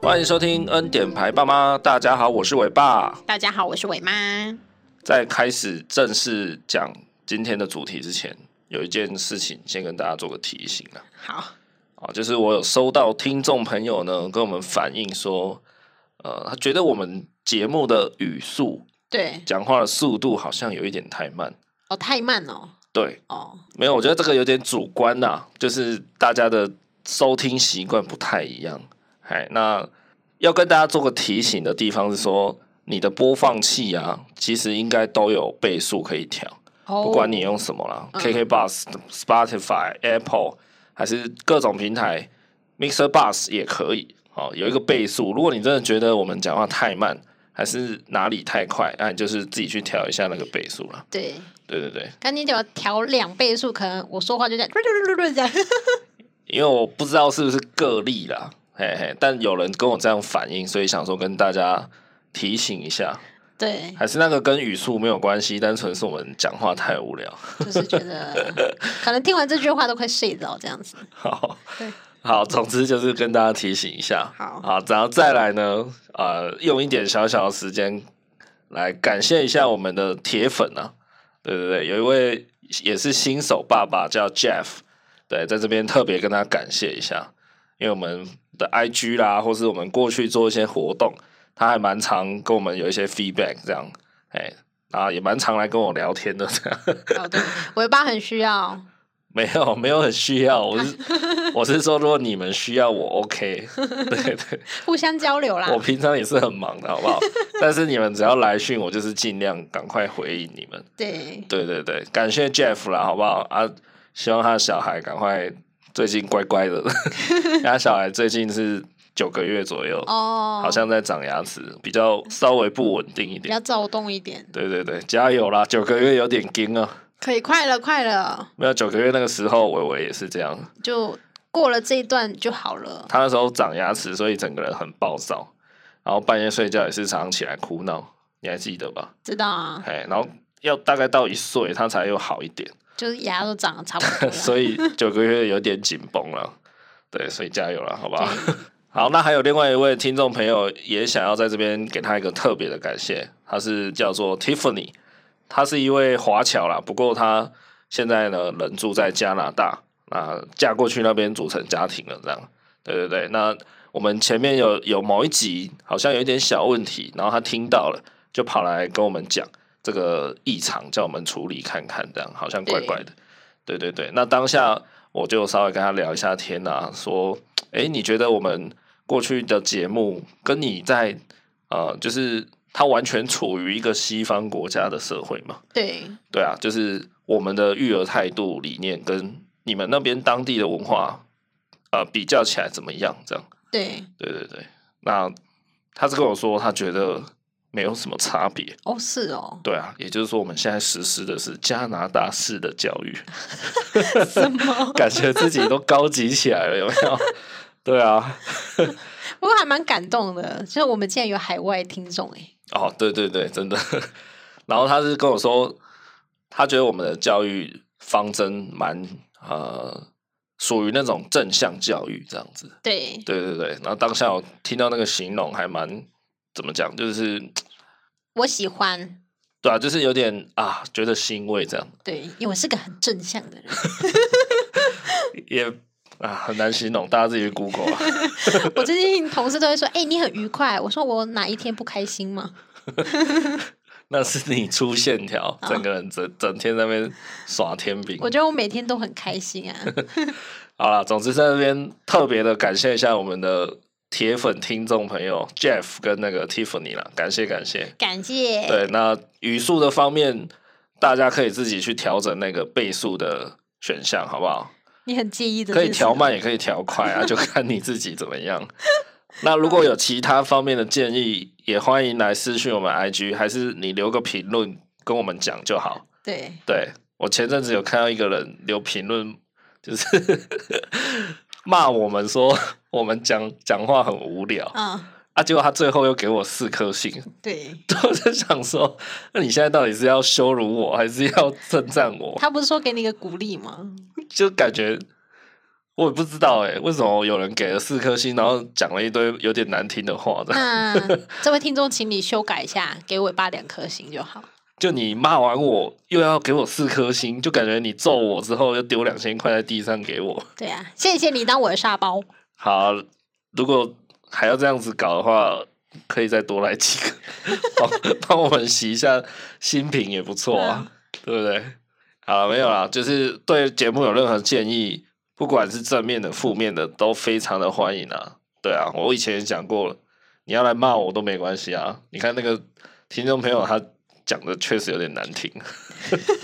欢迎收听《恩典牌爸妈》，大家好，我是伟爸。大家好，我是伟妈。在开始正式讲今天的主题之前，有一件事情先跟大家做个提醒啊，好，啊，就是我有收到听众朋友呢跟我们反映说，呃，他觉得我们节目的语速、对，讲话的速度好像有一点太慢。哦，太慢了，对，哦，没有，我觉得这个有点主观啦、就是大家的收听习惯不太一样。哎，那要跟大家做个提醒的地方是说，你的播放器啊，其实应该都有倍数可以调，哦不管你用什么啦、嗯 k k b u s Spotify、Apple 还是各种平台，Mixer Bus 也可以。哦，有一个倍数，如果你真的觉得我们讲话太慢，还是哪里太快，那你就是自己去调一下那个倍数啦。对，对对对，刚你只要调两倍速，可能我说话就这样，这样，因为我不知道是不是个例啦，嘿嘿，但有人跟我这样反映，所以想说跟大家提醒一下， 对，还是那个跟语速没有关系，单纯是我们讲话太无聊。就是觉 得可能听完这句话都快睡着这样子。好对，好，总之就是跟大家提醒一下。好好，然后再来呢，呃，用一点小小的时间来感谢一下我们的铁粉啊，对对对，有一位也是新手爸爸叫 Jeff，对，在这边特别跟他感谢一下，因为我们的 IG 啦，或是我们过去做一些活动，他还蛮常跟我们有一些 feedback 这样，哎，然后也蛮常来跟我聊天的这样。哦，对，尾巴很需要，没有，没有很需要。我是我是说，如果你们需要我，OK。对 对，互相交流啦我。平常也是很忙的，好不好？但是你们只要来讯，我就是尽量赶快回应你们。对，对对对，感谢 Jeff 啦，好不好？啊，希望他的小孩赶快最近乖乖的， 他小孩最近是九个月左右，哦，好像在长牙齿，比较稍微不稳定一比点较。躁动一点，对对对，加油啦！九个月有点惊啊，可以快了，快了，没有九个月那个时候，伟伟也是这样。就过了这一段就好了。他那时候长牙齿，所以整个人很暴躁，然后半夜睡觉也是常常起来哭闹，你还记得吧？知道啊，哎，然后要大概到一岁，他才又好一 点，就是牙都长得差不多 了。所以九个月有点紧绷了。对，所以加油了，好不好？ 好，那还有另外一位听众朋友也想要在这边给他一个特别的感谢，他是叫做 Tiffany，他是一位华侨啦，不过他现在呢人住在加拿大，那嫁过去那边组成家庭了，这样。对对对，那我们前面有有某一集好像有一点小问题，然后他听到了，就跑来跟我们讲这个异常，叫我们处理看看，这样好像怪怪的。对对对，那当下我就稍微跟他聊一下天啊，说，哎，你觉得我们过去的节目跟你在呃，就是他完全处于一个西方国家的社会嘛？对，对啊，就是我们的育儿态度、理念跟你们那边当地的文化，呃，比较起来怎么样？这样，对，对对对。那他是跟我说，他觉得没有什么差别。哦，是 哦，对啊，也就是说，我们现在实施的是加拿大式的教育， 什么？感觉自己都高级起来了，有没有？ 对啊，不过还蛮感动的，就是我们竟然有海外听众哎、哦，对对对，真的。 然后他是跟我说，他觉得我们的教育方针蛮呃，属于那种正向教育这样子。对对对对，然后当下我听到那个形容还蛮怎么讲，就是我喜欢，对啊，就是有点啊，觉得欣慰这样，对，因为我是个很正向 的人，也啊很难形容，大家自己去 Google 啊。 我最近同事都会说，哎、你很愉快，我说我哪一天不开心吗？那是你出线条，整个人整整天在那边耍天兵。我觉得我每天都很开心 啊，好了，总之在这边特别的感谢一下我们的铁粉听众朋友 Jeff 跟那个 Tiffany 啦，感谢感谢。感谢，对，那语速的方面，大家可以自己去调整那个倍数的选项，好不好？你很介意的，可以调，慢，也可以调快啊，就看你自己怎么样。那如果有其他方面的建议，也欢迎来私讯我们 IG，还是你留个评论跟我们讲就好。对，对我前阵子有看到一个人留评论，就是 骂我们说我们讲讲话很无聊嗯，啊，结果他最后又给我四颗星， 对，我就想说，那你现在到底是要羞辱我，还是要称赞我？ 他不是说给你一个鼓励吗？就感觉我也不知道哎、为什么有人给了四颗星，然后讲了一堆有点难听的话的？那这位听众，请你修改一下，给尾巴两颗星就好。就你骂完我，又要给我四颗星，就感觉你揍我之后又丢两千块在地上给我。对啊，谢谢你当我的沙 包。好，如果还要这样子搞的话，可以再多来几个，帮帮我们洗一下新品也不错啊，对不对？好了，没有啦，就是对节目有任何建议，不管是正面的、负面的，都非常的欢迎啊。对啊，我以前也讲过了，你要来骂我都没关系啊。你看那个听众朋友他。讲的确实有点难听，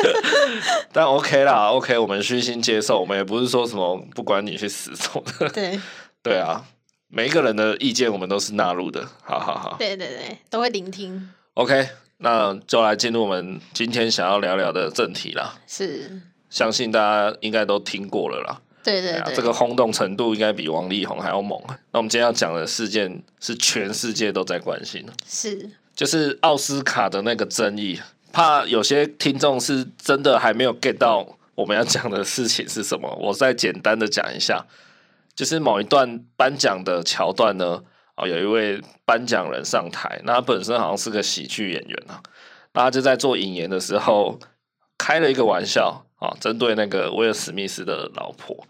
但 OK 啦，OK，我们虚心接受，我们也不是说什么不管你去死什么的，对对啊，每一个人的意见我们都是纳入的。好好好对对对，都会聆听。 ，OK，那就来进入我们今天想要聊聊的正题啦。是，相信大家应该都听过了啦，对对哎呀对，这个轰动程度应该比王力宏还要猛。那我们今天要讲的事件是全世界都在关心的，是就是奥斯卡的那个争议。怕有些听众是真的还没有 get 到我们要讲的事情是什么，我再简单的讲一下，就是某一段颁奖的桥段呢，哦，有一位颁奖人上台，那他本身好像是个喜剧演员啊，那他就在做引言的时候开了一个玩笑啊，针对那个威尔史密斯的老婆，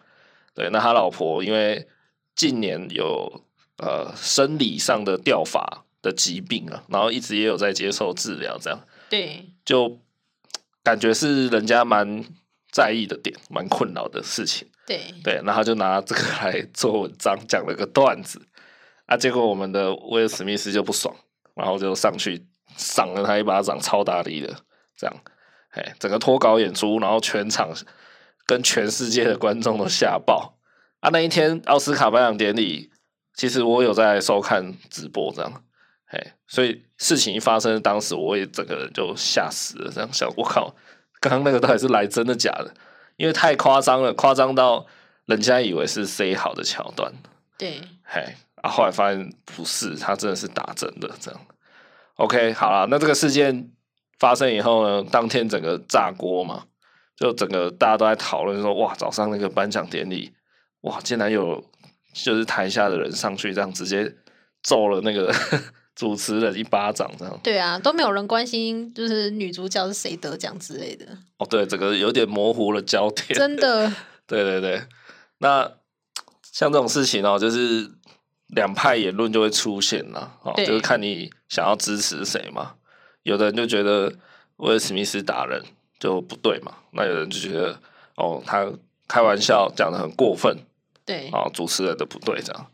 对，那他老婆因为近年有呃生理上的掉发的疾病啊，然后一直也有在接受治疗，这样对就感觉是人家蛮在意的点，蛮困扰的事情。对对，然后就拿这个 来做文章，讲了个段子啊，结果我们的威尔史密斯就不爽，然后就上去赏了他一巴掌，超大力的，这样，哎，整个脱稿演出，然后全场跟全世界的观众都吓爆啊！那一天奥斯卡颁奖典礼，其实我有在收看直播，这样。哎，所以事情一发生，当时我也整个人就吓死了，这样想，我靠，刚刚那个到底是来真的假的？因为太夸张了，夸张到人家以为是 C 好的桥段，对，嘿，啊，后来发现不是，他真的是打针的这样。OK，好啦，那这个事件发生以后呢，当天整个炸锅嘛，就整个大家都在讨论说，哇，早上那个颁奖典礼，哇，竟然有就是台下的人上去这样直接揍了那个 主持人一巴掌这样。对啊，都没有人关心，就是女主角是谁得奖之类的，哦，对，整个有点模糊了焦点。真的，对对对，那像这种事情哦，就是两派言论就会出现了，哦，对就是看你想要支持谁嘛。有的人就觉得威尔史密斯打人就不对嘛，那有人就觉得哦，他开玩笑讲的很过分，对哦，主持人的不对这样。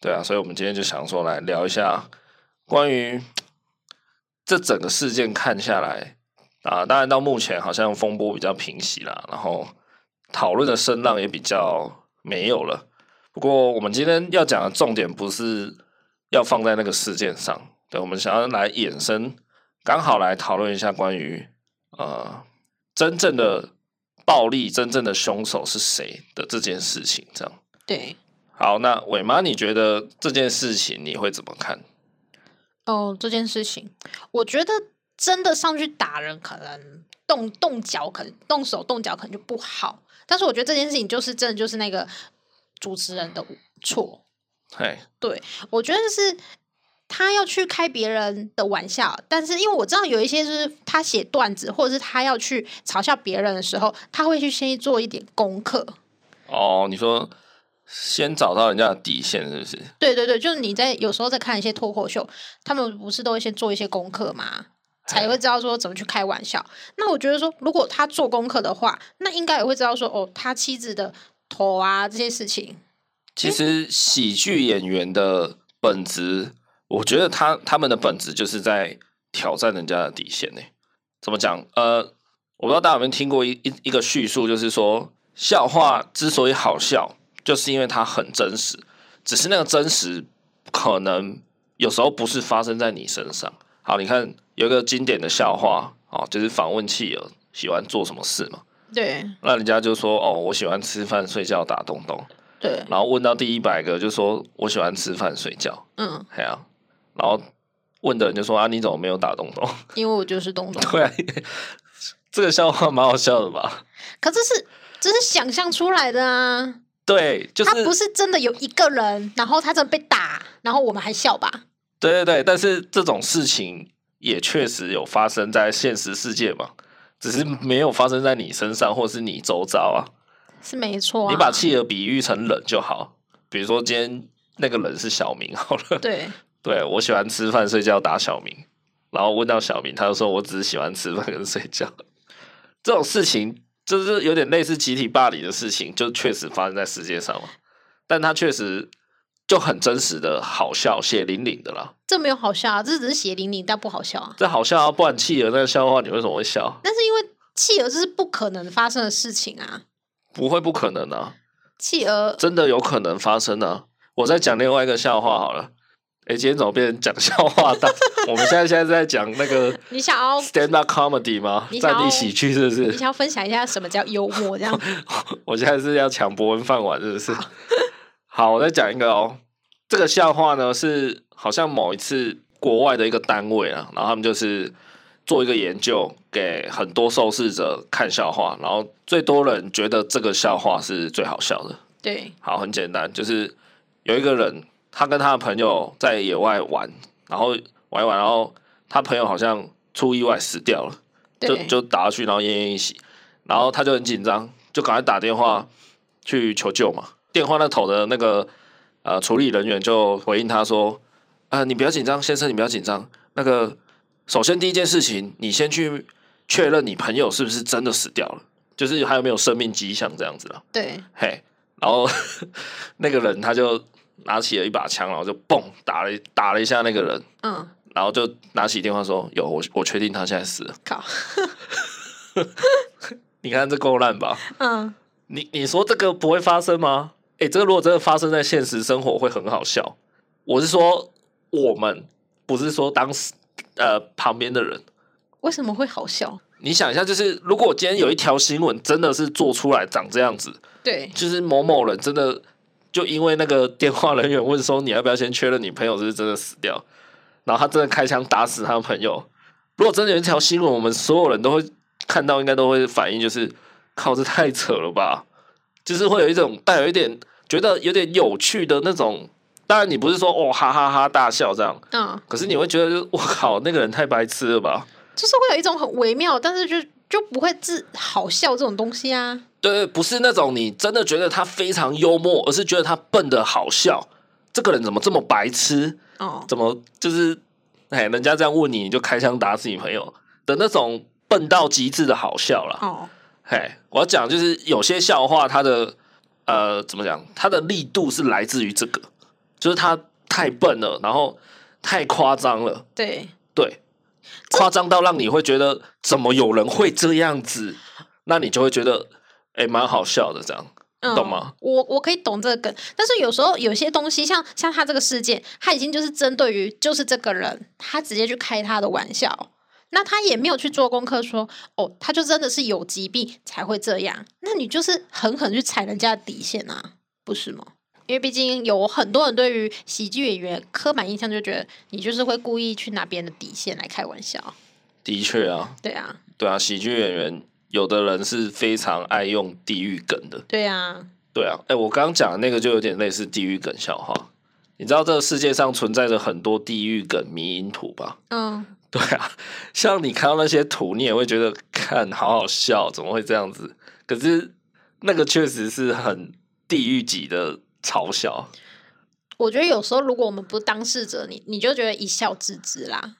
对啊，所以我们今天就想说来聊一下关于这整个事件看下来啊，当然到目前好像风波比较平息啦，然后讨论的声浪也比较没有了。不过我们今天要讲的重点不是要放在那个事件上，对，我们想要来衍生，刚好来讨论一下关于呃真正的暴力、真正的凶手是谁的这件事情，这样。对。好，那伟妈，你觉得这件事情你会怎么看？哦，这件事情，我觉得真的上去打人，可能动动脚，可能动手动脚，可能就不好。但是我觉得这件事情就是真的就是那个主持人的错，嘿，我觉得是他要去开别人的玩笑，但是因为我知道有一些就是他写段子，或者是他要去嘲笑别人的时候，他会去先做一点功课。哦，你说先找到人家的底线是不是？对对对，就是你在有时候在看一些脱口秀，他们不是都会先做一些功课吗？才哎会知道说怎么去开玩笑。那我觉得说，如果他做功课的话，那应该也会知道说，哦，他妻子的头啊这些事情，其实喜剧演员的本质，我觉得他他们的本质就是在挑战人家的底线呢、怎么讲？呃，我不知道大家有没有听过一一一个叙述，就是说笑话之所以好笑，就是因为它很真实，只是那个真实可能有时候不是发生在你身上。好，你看有一个经典的笑话哦，就是访问企鹅喜欢做什么事嘛？对那人家就说哦，我喜欢吃饭、睡觉、打东东。对，然后问到第一百个，就说我喜欢吃饭睡觉，嗯，哎呀、然后问的人就说啊，你怎么没有打东东？，因为我就是东东 对啊，这个笑话蛮好笑的吧？可这是这是想象出来的啊，对，就是他不是真的有一个人，然后他真的被打，然后我们还笑吧？对对对，但是这种事情也确实有发生在现实世界嘛，只是没有发生在你身上或是你周遭啊。是没错、啊。你把企鹅比喻成人就好，比如说今天那个人是小明好了，对对我喜欢吃饭睡觉打小明，然后问到小明，他就说我只是喜欢吃饭跟睡觉。 这种事情就是有点类似集体霸凌的事情，就确实发生在世界上嘛，但它确实就很真实的好笑，血淋淋的啦。这没有好笑啊，这只是血淋淋，但不好笑啊。这好笑啊，不然企鹅那个笑话你为什么会笑？但是因为企鹅这是不可能发生的事情啊，不会不可能啊，企鹅真的有可能发生啊。我再讲另外一个笑话好了。哎，今天怎么变成讲笑话大？ 我们现在现在在讲那个你想 要 stand up comedy 吗哦你？想战要地喜剧是不是？你想要分享一下什么叫幽默 这样？我现在是要抢伯恩饭碗是不是？好，我再讲一个哦。这个笑话呢是好像某一次国外的一个单位啊，然后他们就是做一个研究，给很多受试者看笑话，然后最多人觉得这个笑话是最好笑的。对，好，很简单，就是有一个人，他跟他的朋友在野外玩，然后玩一玩，然后他朋友好像出意外死掉了，就对，就打下去，然后奄奄一息，然后他就很紧张，就赶快打电话去求救嘛。电话那头的那个呃处理人员就回应他说：“啊、你不要紧张，先生，你不要紧张。那个首先第一件事情，你先去确认你朋友是不是真的死掉了，就是还有没有生命迹象这样子啦。”对，嘿，然后 那个人他就拿起了一把枪，然后就嘣打了一打了一下那个人，嗯，然后就拿起电话说：“有我，我确定他现在死了。靠，”你看这够烂吧？嗯，你你说这个不会发生吗？诶、这个如果真的发生在现实生活，会很好笑。我是说我们，不是说当时呃旁边的人。为什么会好笑？你想一下，就是如果今天有一条新闻真的是做出来长这样子，对，就是某某人真的就因为那个电话人员问说你要不要先确认你朋友是不是真的死掉，然后他真的开枪打死他的朋友。如果真的有一条新闻，我们所有人都会看到，应该都会反应就是靠，这太扯了吧！就是会有一种带有一点觉得有点有趣的那种。当然，你不是说哦哈哈哈大笑这样，嗯，可是你会觉得就是我靠，那个人太白痴了吧？就是会有一种很微妙，但是就就不会自好笑这种东西啊。对对，不是那种你真的觉得他非常幽默，而是觉得他笨的好笑。这个人怎么这么白痴？哦，怎么就是，哎，人家这样问你，你就开枪打死你朋友的那种笨到极致的好笑啦。哦，嘿，我要讲就是有些笑话，它的呃怎么讲，它的力度是来自于这个，就是它太笨了，然后太夸张了，对，对，夸张到让你会觉得怎么有人会这样子，那你就会觉得哎蛮、好笑的这样。嗯，懂吗？我我可以懂这个梗，但是有时候有些东西像，像他这个事件，他已经就是针对于就是这个人，他直接去开他的玩笑，那他也没有去做功课说，哦，他就真的是有疾病才会这样，那你就是狠狠去踩人家的底线啊，不是吗？因为毕竟有很多人对于喜剧演员刻板印象就觉得你就是会故意去拿别人的底线来开玩笑，的确啊，对啊，对啊，喜剧演员有的人是非常爱用地域梗的。对啊，对啊，哎、我刚刚讲的那个就有点类似地狱梗笑话。你知道这个世界上存在着很多地狱梗迷因图吧？ 嗯，对啊，像你看到那些图，你也会觉得看好好笑，怎么会这样子？可是那个确实是很地狱级的嘲笑。我觉得有时候如果我们不当事者，你你就觉得一笑置之啦。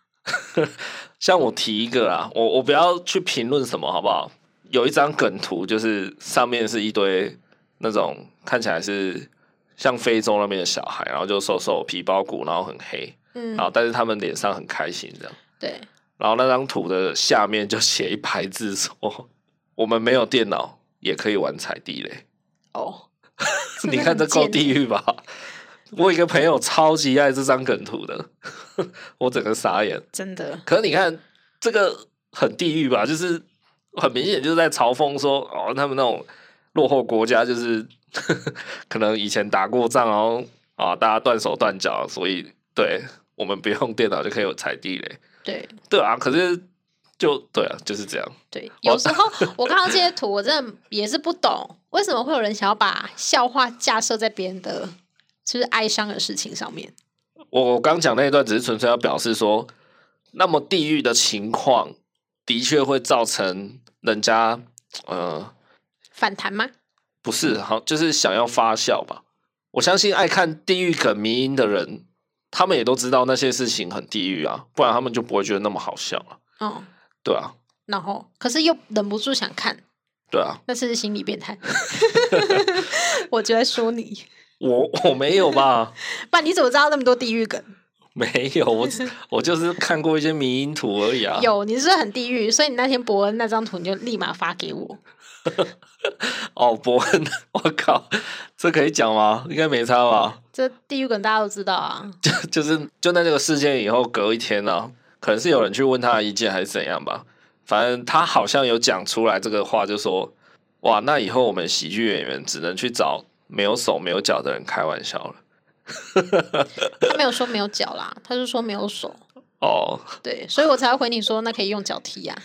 像嗯我提一个啊，我我不要去评论什么好不好？有一张梗图，就是上面是一堆那种看起来是像非洲那边的小孩，然后就瘦瘦皮包骨，然后很黑，嗯然，后但是他们脸上很开心这样。对，然后那张图的下面就写一排字说：“ 我们没有电脑也可以玩踩地雷。哦，”真的你看这很够贱地狱吧？我有一个朋友超级爱这张梗图的， 我整个傻眼。真的，可是你看这个很地狱吧？就是很明显就是在嘲讽说哦，他们那种落后国家就是 可能以前打过仗，然后啊大家断手断脚，所以对我们不用电脑就可以有踩地雷。对对啊，可是就对啊，就是这样。对，有时 候我看到这些图，我真的也是不懂，为什么会有人想要把笑话架设在别人的就是哀伤的事情上面。我我刚讲那一段只是纯粹要表示说，那么地狱的情况的确会造成人家呃反弹吗？不是好，就是想要发笑吧。我相信爱看地狱梗迷因的人，他们也都知道那些事情很地狱啊，不然他们就不会觉得那么好笑了、嗯，对啊，然后可是又忍不住想看，对啊，那是心理变 态。我觉得说你，我 我没有吧？不然你怎么知道那么多地狱梗？没有，我 只我就是看过一些迷因图而已啊。有，你是不是很地狱，所以你那天伯恩那张图你就立马发给我。哦，伯恩， 我靠，这可以讲吗？应该没差吧？这地狱梗大家都知道啊，就是就在这个事件以后隔一天啊，可能是有人去问他的意见还是怎样吧。反正他好像有讲出来这个话，就说：“哇，那以后我们喜剧演员只能去找没有手没有脚的人开玩笑了。他没有说没有脚啦，他就说没有手。”哦，对，所以我才会回你说那可以用脚踢呀、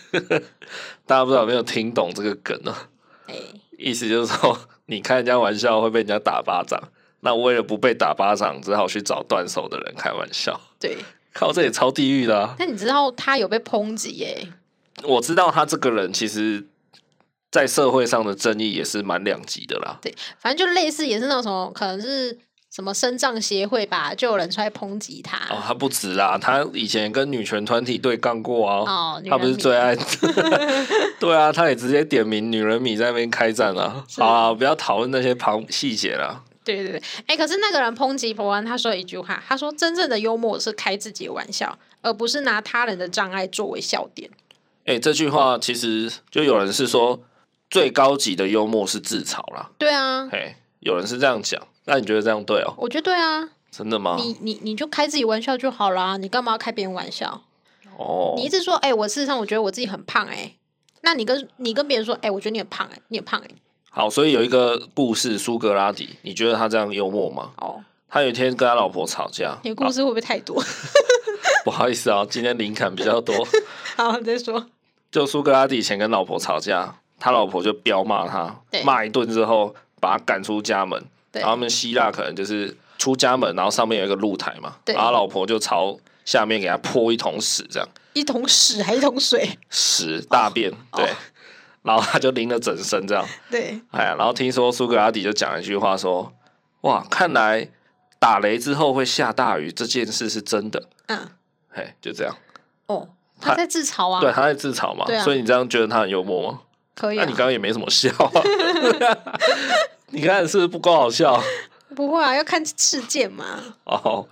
大家不知道有没有听懂这个梗呢、啊？哎、意思就是说，你开人家玩笑会被人家打巴掌，那为了不被打巴掌，只好去找断手的人开玩笑。对。靠，这也超地狱的、啊。但你知道他有被抨击耶、我知道他这个人其实，在社会上的争议也是蛮两极的啦。对，反正就类似也是那种什么，可能是什么身障协会吧，就有人出来抨击他。哦，他不止啦，他以前跟女权团体对干过啊。哦，女他不人是迷最爱， 对啊，他也直接点名女人米在那边开战啊。好啊，不要讨论那些旁细节啦。对对对，哎、可是那个人抨击伯恩，他说一句话，他说真正的幽默是开自己的玩笑，而不是拿他人的障碍作为笑点。哎、这句话其实就有人是说，最高级的幽默是自嘲啦。对啊，哎，有人是这样讲，那你觉得这样对哦？我觉得对啊，真的吗？你你你就开自己玩笑就好啦，你干嘛要开别人玩笑？哦你一直说，哎、我事实上我觉得我自己很胖、哎，那你跟你跟别人说，哎、我觉得你很胖、哎，你很胖、哎，好，所以有一个故事，苏格拉底，你觉得他这样幽默吗？哦，他有一天跟他老婆吵架，你的故事会不会太多？ 不好意思啊，今天灵感比较多。好，你再说。就苏格拉底以前跟老婆吵架，他老婆就彪骂他对，骂一顿之后把他赶出家门。对然后他们希腊可能就是出家门，然后上面有一个露台嘛，对然后他老婆就朝下面给他泼一桶屎，这样一桶屎还一桶水，屎大哦便，对，然后他就淋了整身这样。对，哎呀，然后听说苏格拉底就讲了一句话说：“哇，看来打雷之后会下大雨这件事是真的。嗯，”哎，就这样，哦，他他在自嘲啊，对，他在自嘲嘛，对啊所以你这样觉得他很幽默吗？可以、那啊你，刚刚也没什么笑 啊，你看是不是不够好笑？不会啊，要看事件嘛。哦，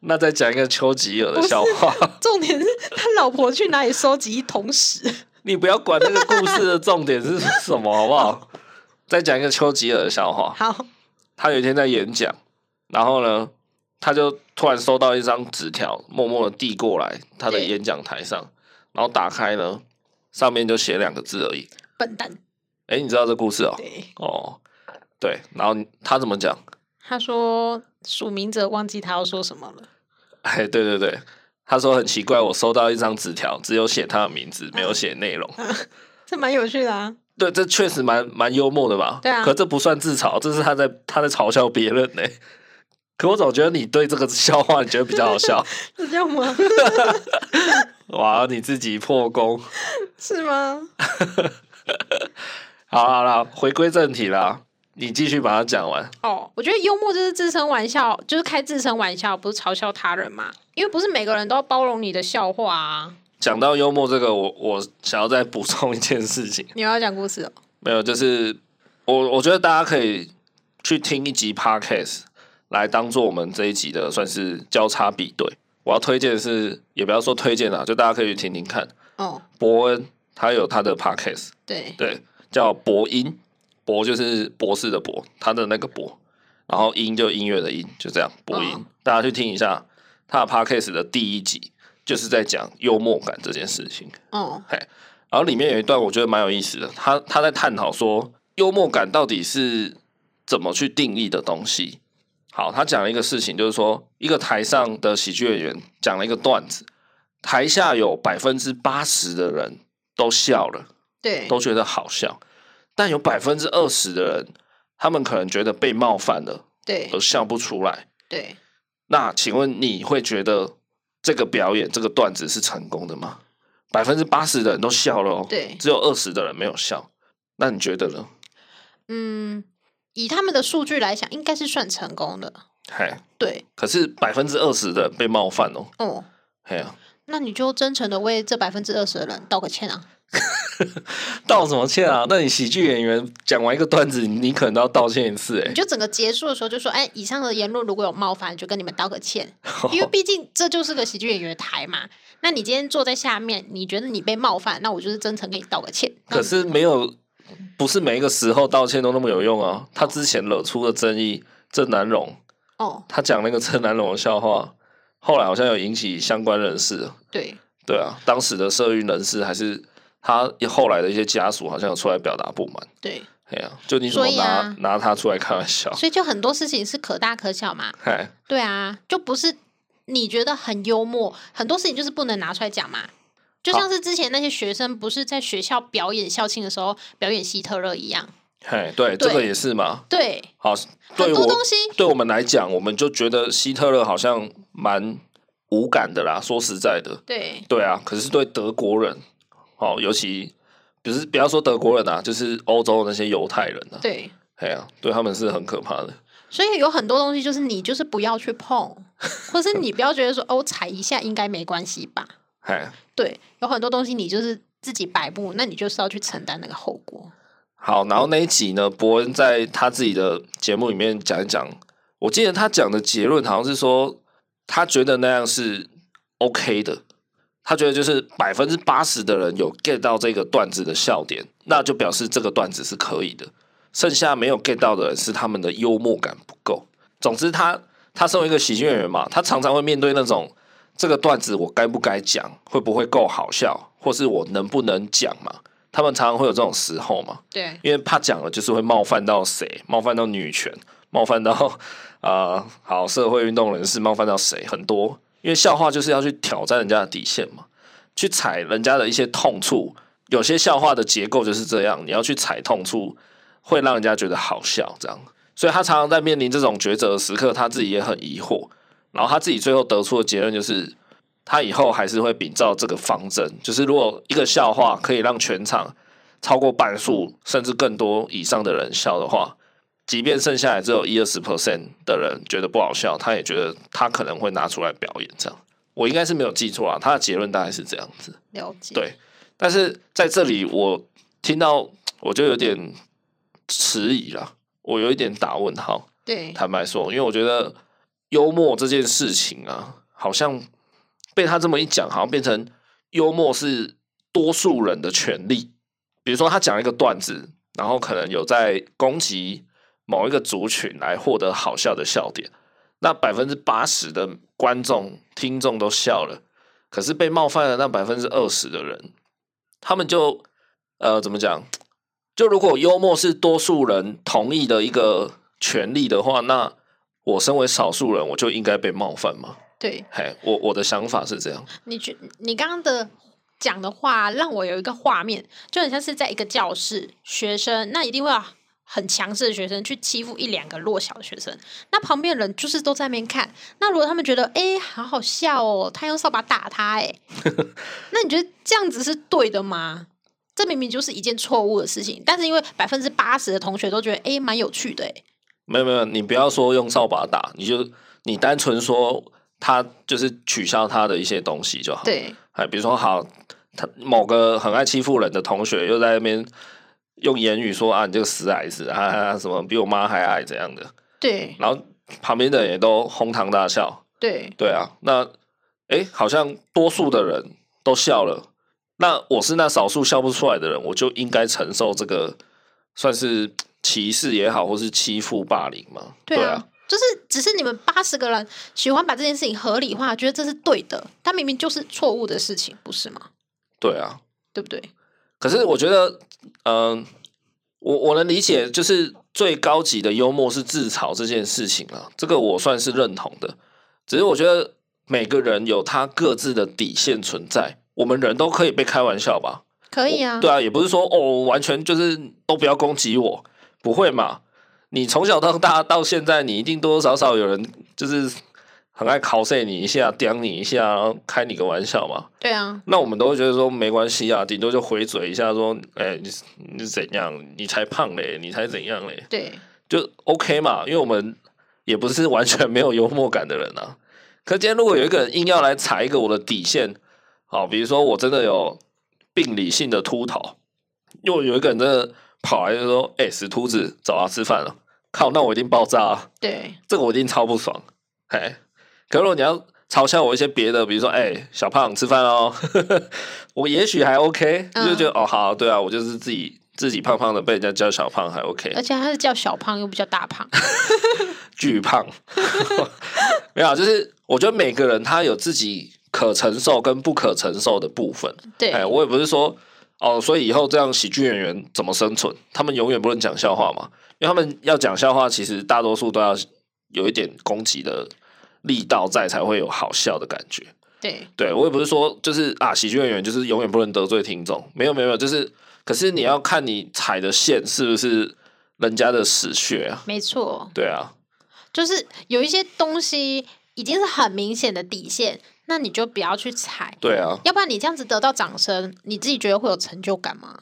那再讲一个丘吉尔的笑话，重点是他老婆去哪里收集一桶屎？你不要管那个故事的重点是什么，好不好？再讲一个丘吉尔的笑话，好，他有一天在演讲，然后呢，他就突然收到一张纸条，默默的递过来他的对演讲台上，然后打开呢，上面就写两个字而已。笨蛋，哎，你知道这故事哦？对，哦，对，然后他怎么讲？他说署名者忘记他要说什么了， 哎，对对对，他说很奇怪，我收到一张纸条，只有写他的名字，没嗯有写内容。这蛮有趣的啊。 对，这确实蛮蛮幽默的吧？对啊可这不算自嘲，这是他在他在嘲笑别人呢、可我总觉得你对这个笑话你觉得比较好 笑，是这样吗？哇，你自己破功。是吗？好啦好啦，回归正题啦，你继续把它讲完。哦，我觉得幽默就是自身玩笑，就是开自身玩笑，不是嘲笑他人嘛。因为不是每个人都要包容你的笑话啊。讲到幽默这个，我我想要再补充一件事情，你要讲故事哦。没有，就是我我觉得大家可以去听一集 podcast 来当做我们这一集的算是交叉比对。我要推荐的是，也不要说推荐啦，就大家可以去听听看。哦，伯恩他有他的 podcast，对，对，叫博音，博就是博士的博，他的那个博，然后音就音乐的音，就这样博音。嗯大家去听一下他的 podcast 的第一集，就是在讲幽默感这件事情。哦，然后里面有一段我觉得蛮有意思的，他他在探讨说幽默感到底是怎么去定义的东西。好，他讲了一个事情，就是说一个台上的喜剧演员讲了一个段子，台下有百分之八十的人都笑了，对，都觉得好笑，但有百分之二十的人，他们可能觉得被冒犯了，对而，笑不出来。对，那请问你会觉得这个表演这个段子是成功的吗？百分之八十的人都笑了哦，对只有二十的人没有笑，那你觉得呢？嗯，以他们的数据来讲，应该是算成功的。嘿，对，可是百分之二十的人被冒犯哦，哦，嘿呀、那你就真诚的为这百分之二十的人道个歉啊。道什么歉啊？那你喜剧演员讲完一个段子，你你可能都要道歉一次哎、你就整个结束的时候就说：“哎，以上的言论如果有冒犯，就跟你们道个歉，因为毕竟这就是个喜剧演员的台嘛。那你今天坐在下面，你觉得你被冒犯，那我就是真诚给你道个歉。那 可是没有，不是每一个时候道歉都那么有用啊。他之前惹出的争议，郑南榕，哦，他讲那个郑南榕的笑话，后来好像有引起相关人士，对对啊，当时的社运人士还是他后来的一些家属，好像有出来表达不满。对，哎呀、就你怎么所以拿、啊拿他出来开玩笑？所以就很多事情是可大可小嘛。哎，对啊，就不是你觉得很幽默，很多事情就是不能拿出来讲嘛。就像是之前那些学生不是在学校表演校庆的时候表演希特勒一样，嘿，对，对这个也是嘛。对，好，对很我多东西对我们来讲，我们就觉得希特勒好像蛮无感的啦。说实在的，对对啊，可是对德国人，哦，尤其不是不要说德国人啊，就是欧洲那些犹太人啊，对，哎呀、对他们是很可怕的。所以有很多东西就是你就是不要去碰，或是你不要觉得说哦踩一下应该没关系吧？哎，对，有很多东西你就是自己摆布，那你就是要去承担那个后果。好，然后那一集呢，伯恩在他自己的节目里面讲一讲，我记得他讲的结论好像是说，他觉得那样是 OK 的，他觉得就是百分之八十的人有 get 到这个段子的笑点，那就表示这个段子是可以的，剩下没有 get 到的人是他们的幽默感不够。总之他，他身为一个喜剧演员嘛，他常常会面对那种这个段子我该不该讲，会不会够好笑，或是我能不能讲嘛，他们常常会有这种时候嘛。对因为怕讲了就是会冒犯到谁，冒犯到女权，冒犯到 啊、呃好社会运动人士，冒犯到谁很多。因为笑话就是要去挑战人家的底线嘛，去踩人家的一些痛处。有些笑话的结构就是这样，你要去踩痛处，会让人家觉得好笑这样。所以他常常在面临这种抉择的时刻，他自己也很疑惑。然后他自己最后得出的结论就是，他以后还是会秉照这个方针，就是如果一个笑话可以让全场超过半数甚至更多以上的人笑的话，即便剩下来只有一二十 percent 的人觉得不好笑，他也觉得他可能会拿出来表演。这样，我应该是没有记错啊，他的结论大概是这样子。了解。对但是在这里，我听到我就有点迟疑了，我有一点打问号。对坦白说，因为我觉得幽默这件事情啊，好像被他这么一讲，好像变成幽默是多数人的权利。比如说，他讲一个段子，然后可能有在攻击某一个族群来获得好笑的笑点，那百分之八十的观众听众都笑了，可是被冒犯的那百分之二十的人，他们就呃怎么讲？就如果幽默是多数人同意的一个权利的话，那我身为少数人，我就应该被冒犯吗？对，嘿，我我的想法是这样。你觉你刚刚的讲的话，让我有一个画面，就很像是在一个教室，学生那一定会有很强势的学生去欺负一两个弱小的学生，那旁边的人就是都在那边看。那如果他们觉得，哎、好好笑哦，他用扫把打他、诶那你觉得这样子是对的吗？这明明就是一件错误的事情，但是因为百分之八十的同学都觉得，哎、蛮有趣的、诶没有没有，你不要说用扫把打，你就你单纯说他就是取消他的一些东西就好。，对哎，比如说好，他某个很爱欺负人的同学又在那边用言语说啊，你这个死矮子啊啊，啊什么比我妈还矮怎样的，对然后旁边的人也都哄堂大笑，对对啊，那诶，好像多数的人都笑了，那我是那少数笑不出来的人，我就应该承受这个算是歧视也好，或是欺负霸凌嘛？对对啊，，就是只是你们八十个人喜欢把这件事情合理化，觉得这是对的，但明明就是错误的事情，不是吗？对啊。对不对？可是我觉得，嗯、我我能理解，就是最高级的幽默是自嘲这件事情啊，这个我算是认同的。只是我觉得每个人有他各自的底线存在，我们人都可以被开玩笑吧？可以啊，对啊，也不是说哦，完全就是都不要攻击我，不会嘛？你从小到大到现在，你一定多多少少有人就是很爱 cos 你一下，刁你一下，然后开你个玩笑嘛。对啊，那我们都会觉得说没关系啊，顶多就回嘴一下说，哎、你是你是怎样？你才胖嘞，你才怎样嘞？对，就 OK 嘛，因为我们也不是完全没有幽默感的人啊。可今天如果有一个人硬要来踩一个我的底线，好，比如说我真的有病理性的秃头，如果有一个人真的跑来就说：“哎、死秃子，找他吃饭了。”靠，那我一定爆炸、啊，对，这个我一定超不爽。哎，可如果你要嘲笑我一些别的，比如说：“哎、小胖吃饭哦。” 我也许还 OK，嗯就觉得、哦好，对啊，我就是自己自己胖胖的，被人家叫小胖还 OK。而且他是叫小胖，又不叫大 胖，巨胖， 没有啊，就是我觉得每个人他有自己可承受跟不可承受的部分。对，哎，我也不是说哦，所以以后这样喜剧演员怎么生存？他们永远不能讲笑话嘛，因为他们要讲笑话，其实大多数都要有一点攻击的力道在，才会有好笑的感觉。对，对我也不是说就是啊，喜剧演员就是永远不能得罪听众，没有没有没有，就是可是你要看你踩的线是不是人家的死穴啊？没错，对啊，就是有一些东西已经是很明显的底线，那你就不要去踩，对啊。要不然你这样子得到掌声，你自己觉得会有成就感吗？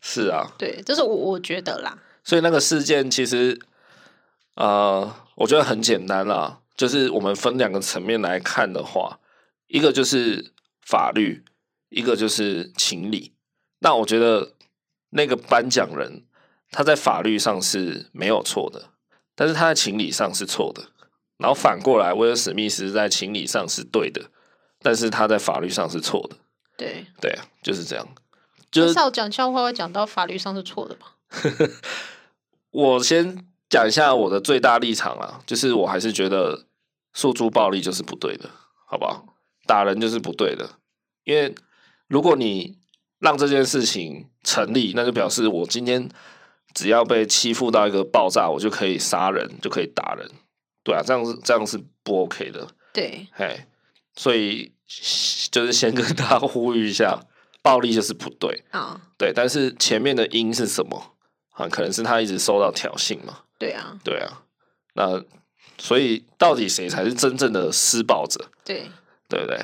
是啊，对，这是我我觉得啦，所以那个事件其实，呃，我觉得很简单啦，就是我们分两个层面来看的话，一个就是法律，一个就是情理。那我觉得那个颁奖人他在法律上是没有错的，但是他在情理上是错的。然后反过来，威尔史密斯在情理上是对的，但是他在法律上是错的。对，对啊，就是这样。就是少讲笑话会讲到法律上是错的吧？我先讲一下我的最大立场啊，就是我还是觉得诉诸暴力就是不对的，好不好？打人就是不对的，因为如果你让这件事情成立，那就表示我今天只要被欺负到一个爆炸，我就可以杀人，就可以打人，对啊，这样是这样是不 OK 的，对，嘿，所以就是先跟大家呼吁一下，暴力就是不对。啊，对，但是前面的因是什么啊？可能是他一直受到挑衅嘛，对啊，对啊。那所以到底谁才是真正的施暴者，对，对不对？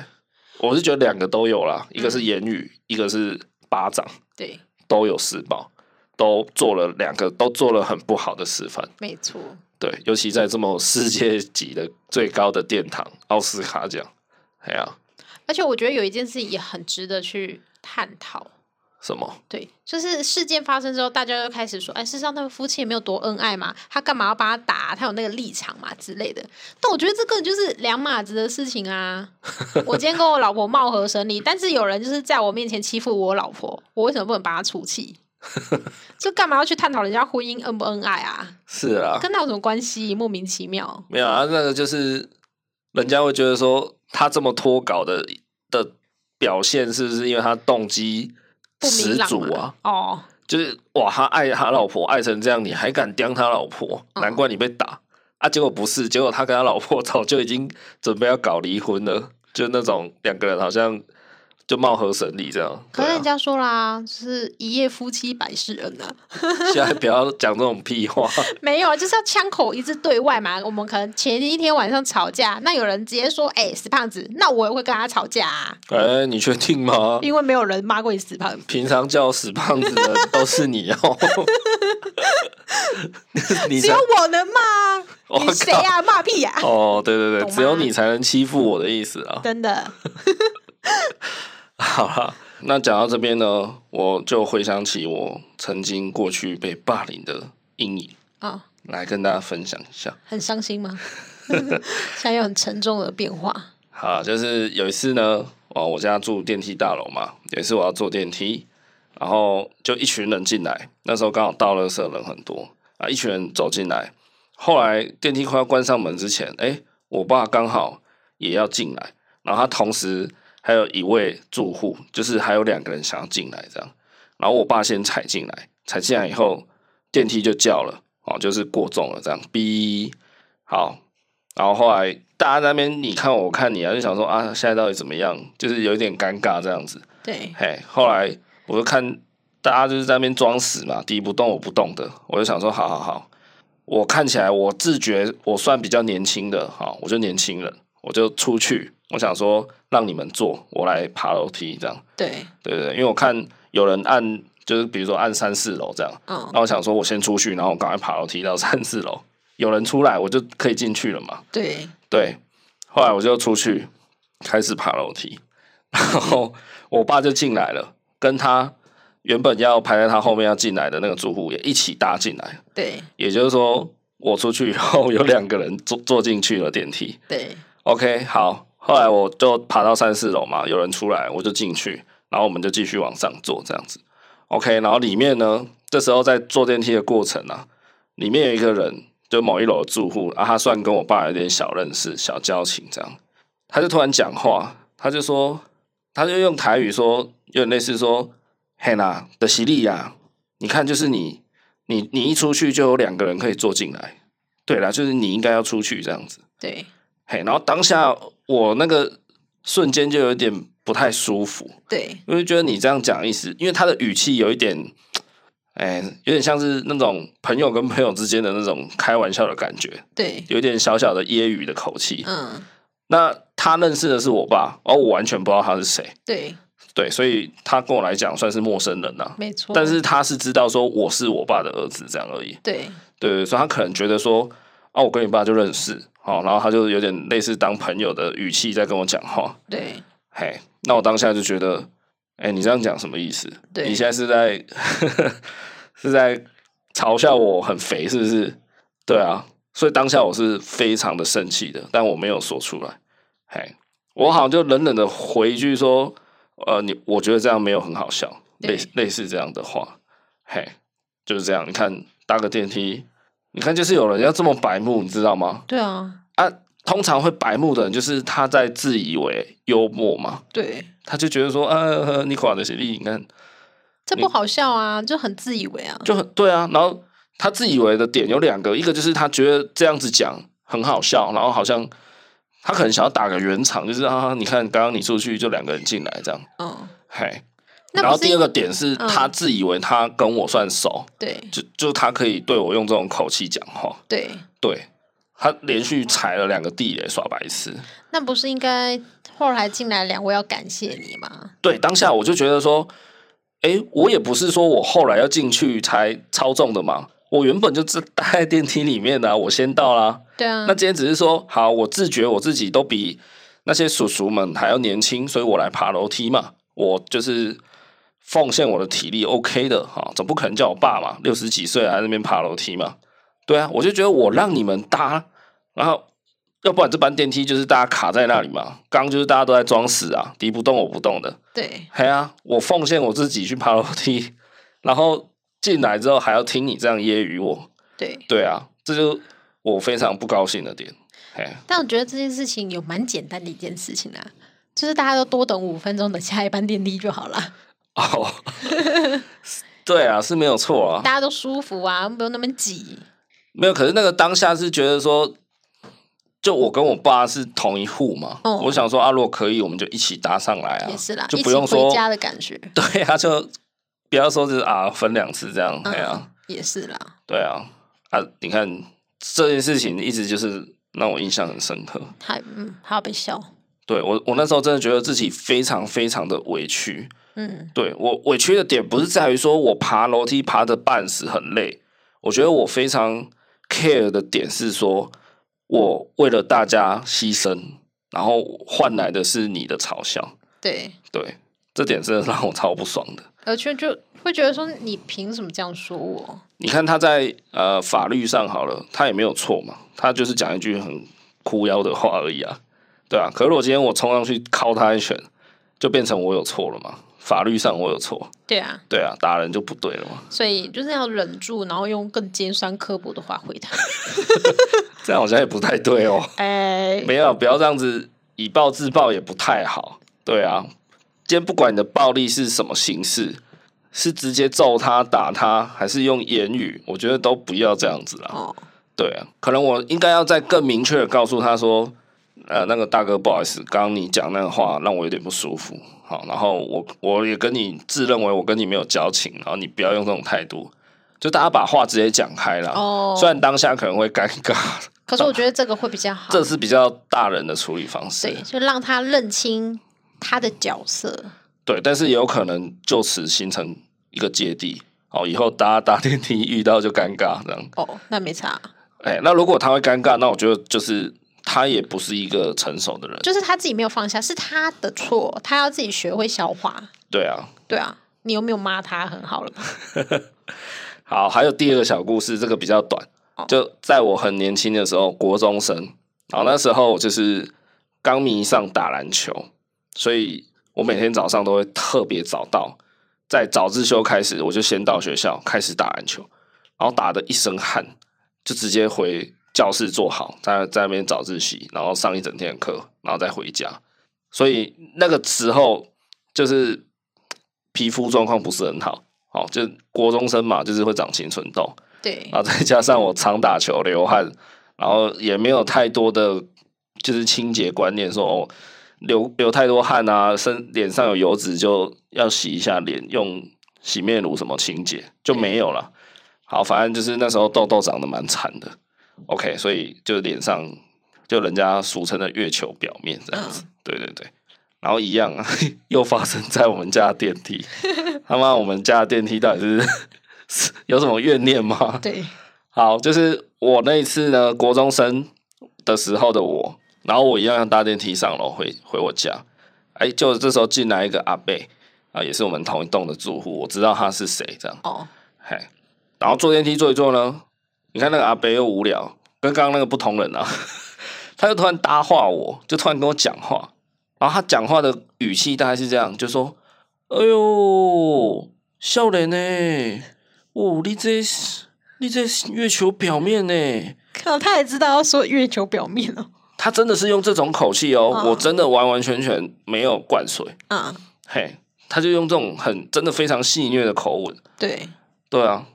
我是觉得两个都有啦，一个是言语，一个是巴掌，对，都有施暴，都做了两个都做了很不好的示范。没错，对，尤其在这么世界级的最高的殿堂奥斯卡奖，哎呀、而且我觉得有一件事也很值得去探讨。什么？对，就是事件发生之后，大家就开始说，哎，事实上他们夫妻也没有多恩爱嘛，他干嘛要帮他打？他有那个立场嘛之类的。但我觉得这个就是两码子的事情啊。我今天跟我老婆貌合神离，但是有人就是在我面前欺负我老婆，我为什么不能把他出气？就干嘛要去探讨人家婚姻恩不恩爱啊？是啊，跟他有什么关系？莫名其妙。没有啊，那个就是人家会觉得说他这么脱稿的的表现，是不是因为他动机不十明朗足嘛啊？哦，就是哇，他爱他老婆爱成这样，你还敢刁他老婆？嗯难怪你被打、啊！结果不是，结果他跟他老婆早就已经准备要搞离婚了，就那种两个人好像就貌合神离这样。可是对啊人家说啦，就是一夜夫妻百事恩啊。 啊，现在不要讲这种屁话。没有，就是要枪口一致对外嘛。我们可能前一天晚上吵架，那有人直接说：“哎、死胖子！”那我也会跟他吵架、啊，哎、你确定吗？因为没有人骂过你死胖子。平常叫死胖子的都是你哦， 你 只才有我能骂啊，我你谁啊？骂屁呀、啊！哦，对对懂对，吗只有你才能欺负我的意思啊。 真的， 好啦，那讲到这边呢，我就回想起我曾经过去被霸凌的阴影，哦，来跟大家分享一下。很伤心吗？ 现在有很沉重的变化。好啦，就是有一次呢，哦，我家住电梯大楼嘛，有一次我要坐电梯，然后就一群人进来，那时候刚好到垃圾人很多啊，一群人走进来，后来电梯快要关上门之前，哎、我爸刚好也要进来，然后他同时还有一位住户，就是还有两个人想要进来这样，然后我爸先踩进来，踩进来以后电梯就叫了，哦，就是过重了这样，哔，好，然后后来大家在那边你看我我看你啊，就想说啊，现在到底怎么样？就是有一点尴尬这样子。对，嘿，后来我就看大家就是在那边装死嘛，敌不动我不动的，我就想说，好好好，我看起来我自觉我算比较年轻的，好，我就年轻人，我就出去，我想说让你们坐，我来爬楼梯这样，对，对对对，因为我看有人按，就是比如说按三四楼这样，嗯然，后我想说我先出去，然后我赶快爬楼梯到三四楼，有人出来我就可以进去了嘛，对，对，后来我就出去开始爬楼梯，然后我爸就进来了，跟他原本要排在他后面要进来的那个住户也一起搭进来，对，也就是说我出去以后有两个人坐坐进去了电梯。对， OK，好，后来我就爬到三四楼嘛，有人出来我就进去，然后我们就继续往上坐这样子。OK，然后里面呢，这时候在坐电梯的过程啊，里面有一个人，就某一楼的住户啊，他算跟我爸有点小认识、小交情这样，他就突然讲话，他就说，他就用台语说，有点类似说，嘿啦的犀利呀，你看就是你，你你一出去就有两个人可以坐进来，对啦，就是你应该要出去这样子。对，嘿，然后当下我那个瞬间就有点不太舒服，对，因为觉得你这样讲意思，因为他的语气有一点，哎，有点像是那种朋友跟朋友之间的那种开玩笑的感觉，对，有点小小的揶揄的口气。嗯，那那他认识的是我爸，而我完全不知道他是谁，对，对，所以他跟我来讲算是陌生人呐、啊没错，但是他是知道说我是我爸的儿子这样而已，对，对对，所以他可能觉得说，啊，我跟你爸就认识，哦，然后他就有点类似当朋友的语气在跟我讲话，对，嘿，那我当下就觉得，哎、你这样讲什么意思？对你现在是在 是在嘲笑我很肥，是不是？对啊，所以当下我是非常的生气的，但我没有说出来，嘿，我好像就冷冷的回一句说，呃，你我觉得这样没有很好笑，对类类似这样的话，嘿，就是这样。你看搭个电梯，你看就是有人要这么白目，你知道吗？对啊，啊，通常会白目的人，就是他在自以为幽默嘛，对，他就觉得说，呃，你垮的实力，你看这不好笑啊，就很自以为啊，就很对啊。然后他自以为的点有两个，一个就是他觉得这样子讲很好笑，然后好像他可能想要打个圆场，就是啊，你看刚刚你出去就两个人进来这样，嗯，嘿。那不是然后第二个点是嗯他自以为他跟我算熟，对，就就他可以对我用这种口气讲话，对，对他连续踩了两个地雷耍白痴。那不是应该后来进来两位要感谢你吗？对，当下我就觉得说，诶，我也不是说我后来要进去才操纵的嘛，我原本就在 待在电梯里面的啊、我先到啦。对啊那，今天只是说，好，我自觉我自己都比那些叔叔们还要年轻，所以我来爬楼梯嘛，我就是奉献我的体力，OK 的哈，总不可能叫我爸嘛，六十几岁还在那边爬楼梯嘛，对啊，我就觉得我让你们搭，然后要不然这班电梯就是大家卡在那里嘛，刚刚就是大家都在装死啊，敌不动我不动的，对，嘿啊，我奉献我自己去爬楼梯， 然后进来之后还要听你这样揶揄我，对。对啊，这就我非常不高兴的点。嘿， 但我觉得这件事情有蛮简单的一件事情啊，就是大家都多等五分钟，等下一班电梯就好了，哦， 对啊，是没有错啊大，家都舒服啊，不用那么挤。没有。可是那个当下是觉得说，就我跟我爸是同一户嘛，哦我想说啊，如果可以，我们就一起搭上来啊，也是啦，就一不起用说回家的感觉。对啊，就不要说是啊分两次这样，哎呀、啊。嗯，也是啦。对啊，啊，你看这件事情一直就是让我印象很深刻。还嗯，还要被笑。对我，我那时候真的觉得自己非常非常的委屈。嗯，对我委屈的点不是在于说我爬楼梯爬的半死很累，我觉得我非常 care 的点是说，我为了大家牺牲，然后换来的是你的嘲笑。对，对，这点真的让我超不爽的。而且就会觉得说，你凭什么这样说我？你看他在呃法律上好了，他也没有错嘛，他就是讲一句很哭腰的话而已啊，对啊。可是我今天我冲上去敲他一拳，就变成我有错了嘛？法律上我有错，对啊，对啊，打人就不对了嘛，所以就是要忍住，然后用更尖酸刻薄的话回 他。这样好像也不太对哦。哎，没有，不要这样子以暴制暴也不太好，对啊。今天不管你的暴力是什么形式，是直接揍他、打他，还是用言语，我觉得都不要这样子啦。哦，对啊，可能我应该要再更明确的告诉他说，呃，那个大哥，不好意思，刚刚你讲那个话让我有点不舒服。好，然后我我也跟你自认为我跟你没有交情，然后你不要用这种态度，就大家把话直接讲开了。哦虽然当下可能会尴 尬，可是我觉得这个会比较好，这是比较大人的处理方式。对，就让他认清他的角色。对，但是也有可能就此形成一个芥蒂。哦，以后大家搭电梯遇到就尴尬这样。哦，那没差，哎、那如果他会尴尬，那我觉得就是他也不是一个成熟的人。就是他自己没有放下，是他的错，他要自己学会消化。对啊。对啊，你有没有骂他很好了吧？好，还有第二个小故事，这个比较短哦，就在我很年轻的时候，国中生。好，那时候我就是刚迷上打篮球，所以我每天早上都会特别早到，在早自修开始，我就先到学校开始打篮球，然后打的一身汗，就直接回教室坐好，在在那边早自习，然后上一整天的课，然后再回家。所以那个时候就是皮肤状况不是很好，哦，就国中生嘛，就是会长青春痘，对，然后啊再加上我常打球流汗，然后也没有太多的就是清洁观念说，哦，流流太多汗啊，身脸上有油脂就要洗一下脸，用洗面乳什么清洁就没有了。好，反正就是那时候痘痘长得蛮惨的，OK，所以就脸上就人家俗称的月球表面这样子，对对对。然后一样啊， 又发生在我们家的电梯。他妈，我们家的电梯到底是 是有什么怨念吗？对，好，就是我那一次呢，国中生的时候的我，然后我一样搭电梯上楼回回我家，哎，就这时候进来一个阿伯啊，也是我们同一栋的住户，我知道他是谁，这样，哦，嘿，然后坐电梯坐一坐呢，你看那个阿伯又无聊，跟刚刚那个不同人啊， 他就突然搭话我，就突然跟我讲话，然后他讲话的语气大概是这样，就说：“哎呦，笑脸呢，哦，你这你这月球表面呢。”看到他也知道要说月球表面了。他真的是用这种口气哦，嗯我真的完完全全没有灌水，啊、嘿，他就用这种很真的非常戏谑的口吻，对，对啊，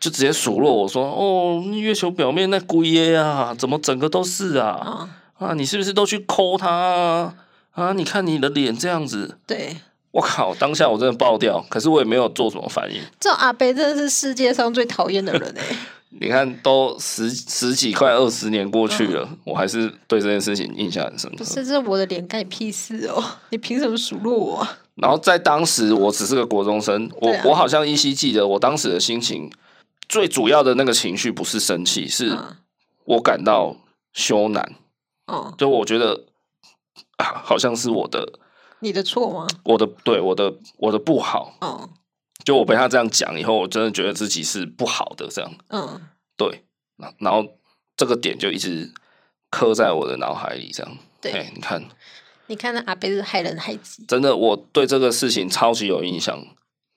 就直接数落我说：“哦，月球表面那龟耶啊，怎么整个都是啊？啊、啊，你是不是都去抠它啊？啊，你看你的脸这样子。”对，我靠！当下我真的爆掉，可是我也没有做什么反应。这种阿伯真的是世界上最讨厌的人 哎、你看，都十十几快二十年过去了，我还是对这件事情印象很深嗯不刻。是，这是我的脸，干你屁事哦！你凭什么数落我？然后在当时，我只是个国中生，我、对啊我好像依稀记得，我当时的心情最主要的那个情绪不是生气，是嗯，我感到羞赧，哦，就我觉得、啊、好像是我的你的错吗？我的对我的我的不好，哦，就我被他这样讲以后，我真的觉得自己是不好的这样嗯，对，然然后这个点就一直刻在我的脑海里这样。对哎你看，你看那阿伯是害人害己。真的，我对这个事情超级有印象，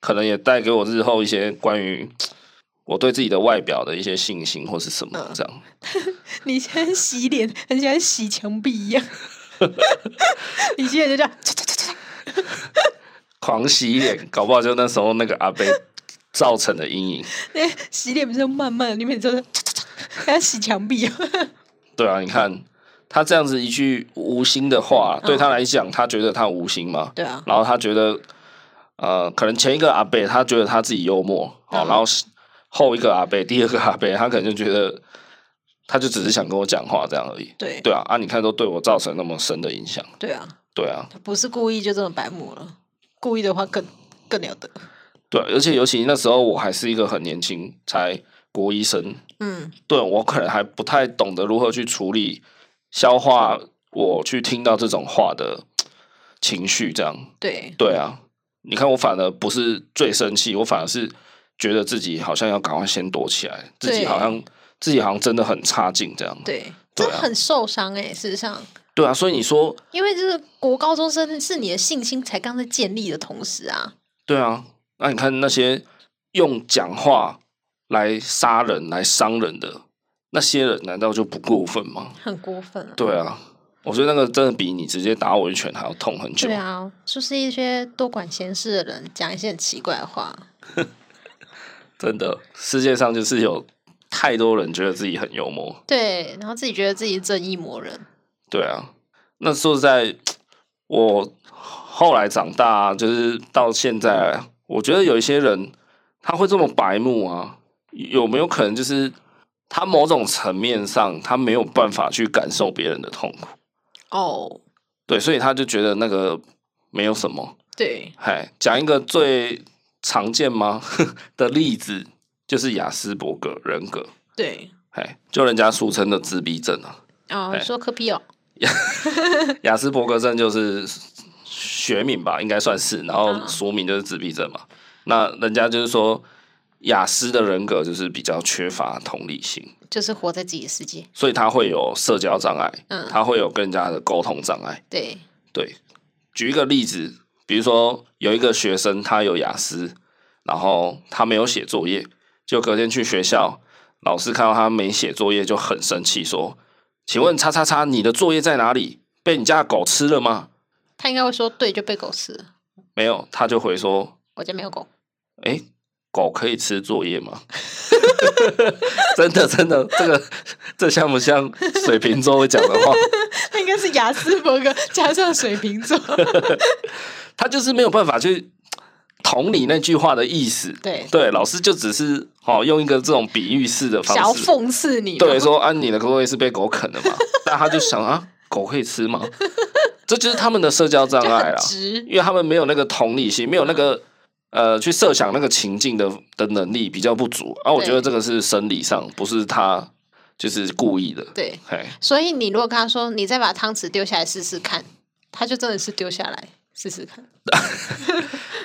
可能也带给我日后一些关于我对自己的外表的一些信心或是什么这样。 你现在洗脸， 很像洗墙壁一样。 你现在就这样，狂洗脸，搞不好就那时候那个阿贝造成的阴影。那 洗脸不是慢慢的，你每次都是 像洗墙壁一样。对啊，你看他这样子一句无心的话，对他来讲，他觉得他无心嘛，对啊，然后他觉得，呃，可能前一个阿贝他觉得他自己幽默，哦，嗯然后是后一个阿贝、第二个阿贝，他可能就觉得，他就只是想跟我讲话这样而已。对对啊，啊，你看都对我造成那么深的影响。对啊，对啊，不是故意就这么白目了，故意的话更更了得。对啊而且尤其那时候我还是一个很年轻，才国医生，嗯，对我可能还不太懂得如何去处理、消化我去听到这种话的情绪，这样。对，对啊，你看我反而不是最生气，我反而是觉得自己好像要赶快先躲起来，自己对好像自己好像真的很差劲这样。对，对这啊很受伤哎、事实上，对啊，所以你说因为就是国高中生是你的信心才刚在建立的同时啊，对啊，那你看那些用讲话来杀人、来伤人的那些人，难道就不过分吗？很过分啊。对啊，我觉得那个真的比你直接打我一拳还要痛很久。对啊，就是一些多管闲事的人讲一些很奇怪的话。真的，世界上就是有太多人觉得自己很幽默。对，然后自己觉得自己正义魔人。对啊，那说实在，我后来长大、啊就是到现在，啊我觉得有一些人他会这么白目啊，有没有可能就是他某种层面上他没有办法去感受别人的痛苦，哦，对，所以他就觉得那个没有什么。对，嗨，讲一个最常见吗 的例子，就是雅斯伯格人格，对，嗨，就人家俗称的自闭症 啊。哦，哎说科比哦，雅斯伯格症就是学名吧，应该算是，然后嗯俗名就是自闭症嘛。那人家就是说，雅思的人格就是比较缺乏同理心，就是活在自己的世界，所以他会有社交障碍，嗯他会有跟人家的沟通障碍。对，对，举一个例子，比如说有一个学生他有雅思，然后他没有写作业，就隔天去学校，老师看到他没写作业就很生气，说：“请问叉叉叉，你的作业在哪里？被你家的狗吃了吗他应该会说对，就被狗吃了，？”没有，他就回说我家没有狗，：“诶，狗可以吃作业吗？” 真的，真的，这个这像不像水瓶座会讲的话？ 他应该是雅斯伯格加上水瓶座，他就是没有办法去同理那句话的意思。 对 对，老师就只是哦用一个这种比喻式的想要方式，讽刺你，对，，说啊你的作业是被狗啃的 嘛，但他就想啊狗可以吃吗？这就是他们的社交障就碍啊很啦，直，因为他们没有那个同理心，没有那个。呃，去设想那个情境的的能力比较不足，啊，我觉得这对个是生理上，不是他就是故意的。对，嘿，所以你如果跟他说你再把汤匙丢下来试试看，他就真的是丢下来试试看，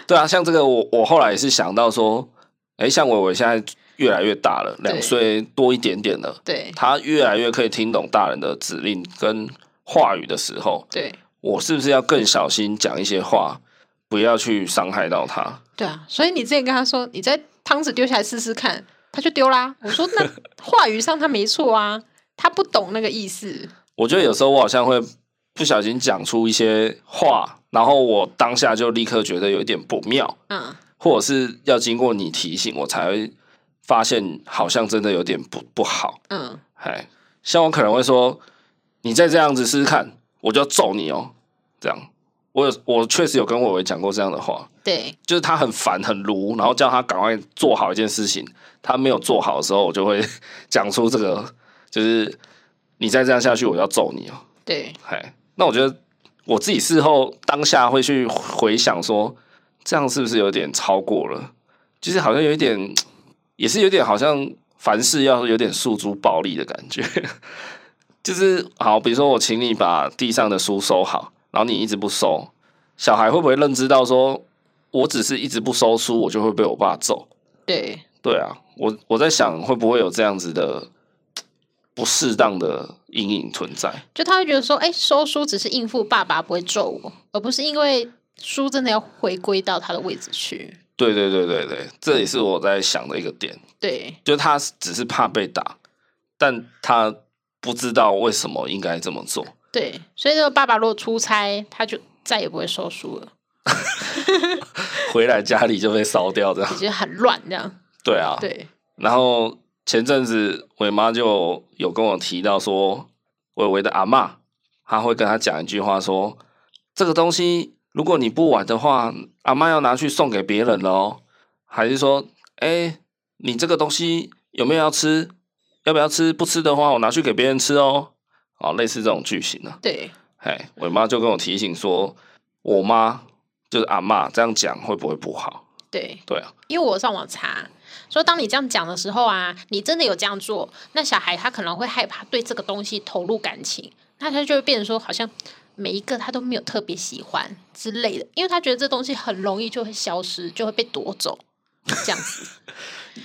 对啊，像这个我我后来也是想到说，哎、像伟伟现在越来越大了，对两岁多一点点了，对，他越来越可以听懂大人的指令跟话语的时候，对，我是不是要更小心讲一些话，不要去伤害到他？对啊，所以你之前跟他说你在汤匙丢下来试试看，他就丢啦。我说那话语上他没错啊，他不懂那个意思。我觉得有时候我好像会不小心讲出一些话，然后我当下就立刻觉得有一点不妙，嗯，或者是要经过你提醒，我才会发现好像真的有点不不好。嗯，哎，像我可能会说，你再这样子试试看，我就要揍你哦。这样，我有我确实有跟伟伟讲过这样的话，对，就是他很烦很鲁，然后叫他赶快做好一件事情，他没有做好的时候，我就会讲出这个，就是你再这样下去，我就要揍你哦。对，哎，那我觉得我自己事后当下会去回想说，这样是不是有点超过了？就是好像有一点，也是有点好像凡事要有点诉诸暴力的感觉。 就是好，比如说我请你把地上的书收好，然后你一直不收，小孩会不会认知到说，我只是一直不收书，我就会被我爸揍？对，对啊，我我在想会不会有这样子的不适当的阴影存在？就他会觉得说，哎、收书只是应付爸爸不会揍我，而不是因为书真的要回归到他的位置去。对对对对对，这也是我在想的一个点，对，就是他只是怕被打，但他不知道为什么应该这么做。对，所以这个爸爸如果出差，他就再也不会收书了，回来家里就被烧掉这样 也。就是很乱这样。对啊，对，然后前阵子伟妈就有跟我提到说，伟伟的阿嬷，她会跟他讲一句话说，这个东西如果你不玩的话，阿嬷要拿去送给别人了哦，还是说，哎、你这个东西有没有要吃？要不要吃？不吃的话，我拿去给别人吃哦。哦，类似这种句型啊，对，嘿，伟妈就跟我提醒说，我妈就是阿嬷这样讲会不会不好？对。对啊，因为我上网查，说当你这样讲的时候啊，你真的有这样做，那小孩他可能会害怕对这个东西投入感情，那他就会变成说，好像每一个他都没有特别喜欢之类的，因为他觉得这东西很容易就会消失，就会被夺走，这样子。